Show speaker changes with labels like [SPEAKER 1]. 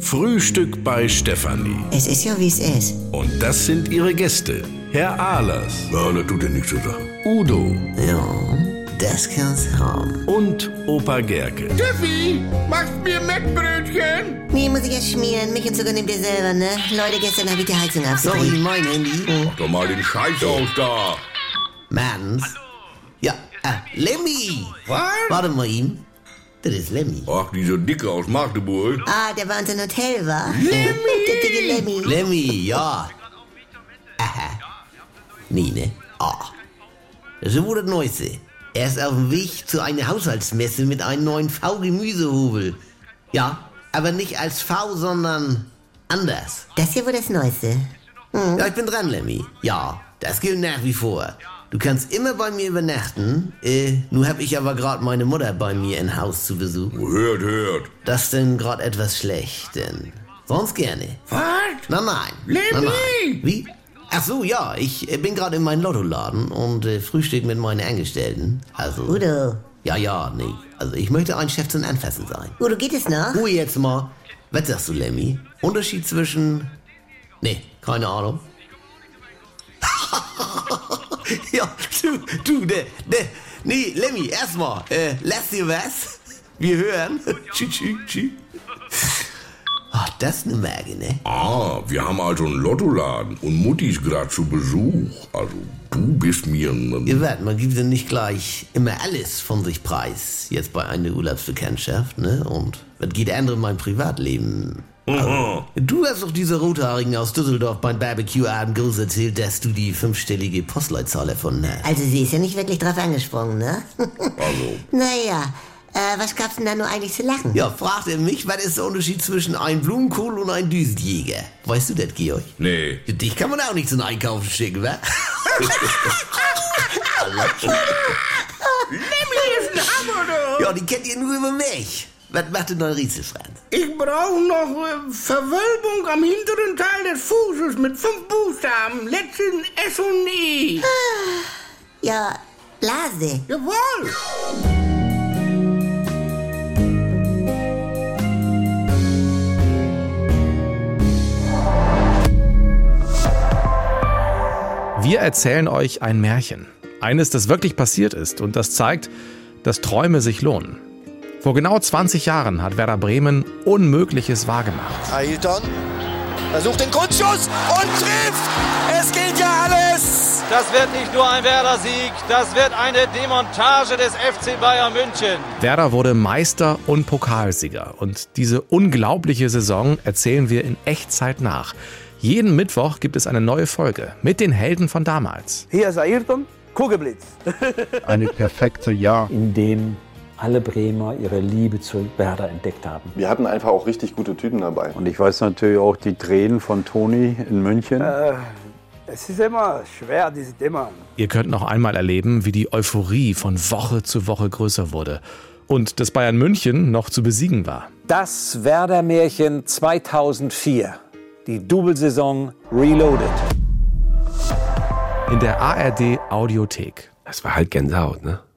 [SPEAKER 1] Frühstück bei Stefanie.
[SPEAKER 2] Es ist ja, wie es ist.
[SPEAKER 1] Und das sind ihre Gäste. Herr Ahlers,
[SPEAKER 3] Ja, das tut ja nichts zur Sache.
[SPEAKER 1] Udo
[SPEAKER 2] Ja, das kann's haben.
[SPEAKER 1] und Opa Gerke.
[SPEAKER 4] Tiffy, machst mir Mettbrötchen?
[SPEAKER 2] Nee, muss ich jetzt schmieren. Mich und Zucker nimmt ihr selber, ne? Leute, gestern hab ich die Heizung auf. Sorry, mein
[SPEAKER 5] Oh,
[SPEAKER 2] Handy.
[SPEAKER 3] Mach doch mal den Scheiß aus da.
[SPEAKER 5] Mans. Ja, ah, Lemmy.
[SPEAKER 4] Was?
[SPEAKER 5] Warte mal ihm. Das ist Lemmy.
[SPEAKER 3] Ach, dieser Dicke aus Magdeburg.
[SPEAKER 2] Ah, der war in seinem Hotel, war? Der dicke Lemmy.
[SPEAKER 5] Lemmy, ja. Aha. Nee, ne? Ah. Das ist wohl das Neueste. Er ist auf dem Weg zu einer Haushaltsmesse mit einem neuen V-Gemüsehobel. Ja, aber nicht als V, sondern anders.
[SPEAKER 2] Das hier wohl das Neueste.
[SPEAKER 5] Ja, ich bin dran, Lemmy. Ja, das gilt nach wie vor. Du kannst immer bei mir übernachten. Äh, nun hab ich aber gerade meine Mutter bei mir im Haus zu Besuch.
[SPEAKER 3] Hört, hört.
[SPEAKER 5] Das ist denn gerade etwas schlecht, denn sonst gerne.
[SPEAKER 4] Was?
[SPEAKER 5] Nein, nein.
[SPEAKER 4] Lemmy!
[SPEAKER 5] Nein, nein. Wie? Ach so, ja, ich äh, bin gerade in meinem Lottoladen und äh, frühstück mit meinen Angestellten. Also.
[SPEAKER 2] Udo.
[SPEAKER 5] Ja, ja, nee. Also ich möchte ein Chef zum Anfassen sein.
[SPEAKER 2] Udo, geht es noch?
[SPEAKER 5] Ruhe jetzt mal. Was sagst du, Lemmy? Unterschied zwischen. Nee, keine Ahnung. ja, du, du, ne, ne. Nee, Lemmy, erstmal. Äh, lass dir was. Wir hören. tschü, tschü, tschü. Ach, das ist eine Merke, ne?
[SPEAKER 3] Ah, wir haben also einen Lottoladen und Mutti ist gerade zu Besuch. Also, du bist mir ein...
[SPEAKER 5] Ihr werdet, man gibt ja nicht gleich immer alles von sich preis. Jetzt bei einer Urlaubsbekanntschaft, ne? Und was geht andere mein Privatleben? Also,
[SPEAKER 3] Aha.
[SPEAKER 5] Du hast doch dieser Rothaarigen aus Düsseldorf beim Barbecue-Abend groß erzählt, dass du die fünfstellige Postleitzahl erfunden hast.
[SPEAKER 2] Also, sie ist ja nicht wirklich drauf angesprungen, ne?
[SPEAKER 3] Also,
[SPEAKER 2] naja, äh, was gab's denn da nur eigentlich zu lachen?
[SPEAKER 5] Ja, fragt er mich, was ist der Unterschied zwischen einem Blumenkohl und einem Düsenjäger? Weißt du das, Georg?
[SPEAKER 3] nee.
[SPEAKER 5] Dich kann man auch nicht zum Einkaufen schicken, wa? ja, die kennt ihr nur über mich. Was macht denn dein Rieselfranz?
[SPEAKER 4] Ich brauche noch äh, Verwölbung am hinteren Teil des Fußes mit fünf Buchstaben, letzten S und E.
[SPEAKER 2] Ja, Blase.
[SPEAKER 4] Jawohl.
[SPEAKER 6] Wir erzählen euch ein Märchen. Eines, das wirklich passiert ist und das zeigt, dass Träume sich lohnen. Vor genau 20 Jahren hat Werder Bremen Unmögliches wahrgemacht.
[SPEAKER 7] Ailton versucht den Grundschuss und trifft. Es gilt ja alles.
[SPEAKER 8] Das wird nicht nur ein Werder-Sieg, das wird eine Demontage des FC Bayern München.
[SPEAKER 6] Werder wurde Meister und Pokalsieger. Und diese unglaubliche Saison erzählen wir in Echtzeit nach. Jeden Mittwoch gibt es eine neue Folge mit den Helden von damals.
[SPEAKER 9] Hier ist Ayrton, Kugelblitz.
[SPEAKER 10] eine perfekte Jahr.
[SPEAKER 11] in dem alle Bremer ihre Liebe zu Werder entdeckt haben.
[SPEAKER 12] Wir hatten einfach auch richtig gute Typen dabei.
[SPEAKER 10] Und ich weiß natürlich auch die Tränen von Toni in München.
[SPEAKER 9] Es ist immer schwer, diese Thema.
[SPEAKER 6] Ihr könnt noch einmal erleben, wie die Euphorie von Woche zu Woche größer wurde und dass Bayern München noch zu besiegen war.
[SPEAKER 11] Das Werder-Märchen 2004. Die Doublesaison Reloaded.
[SPEAKER 6] In der ARD Audiothek.
[SPEAKER 8] Das war halt Gänsehaut, ne?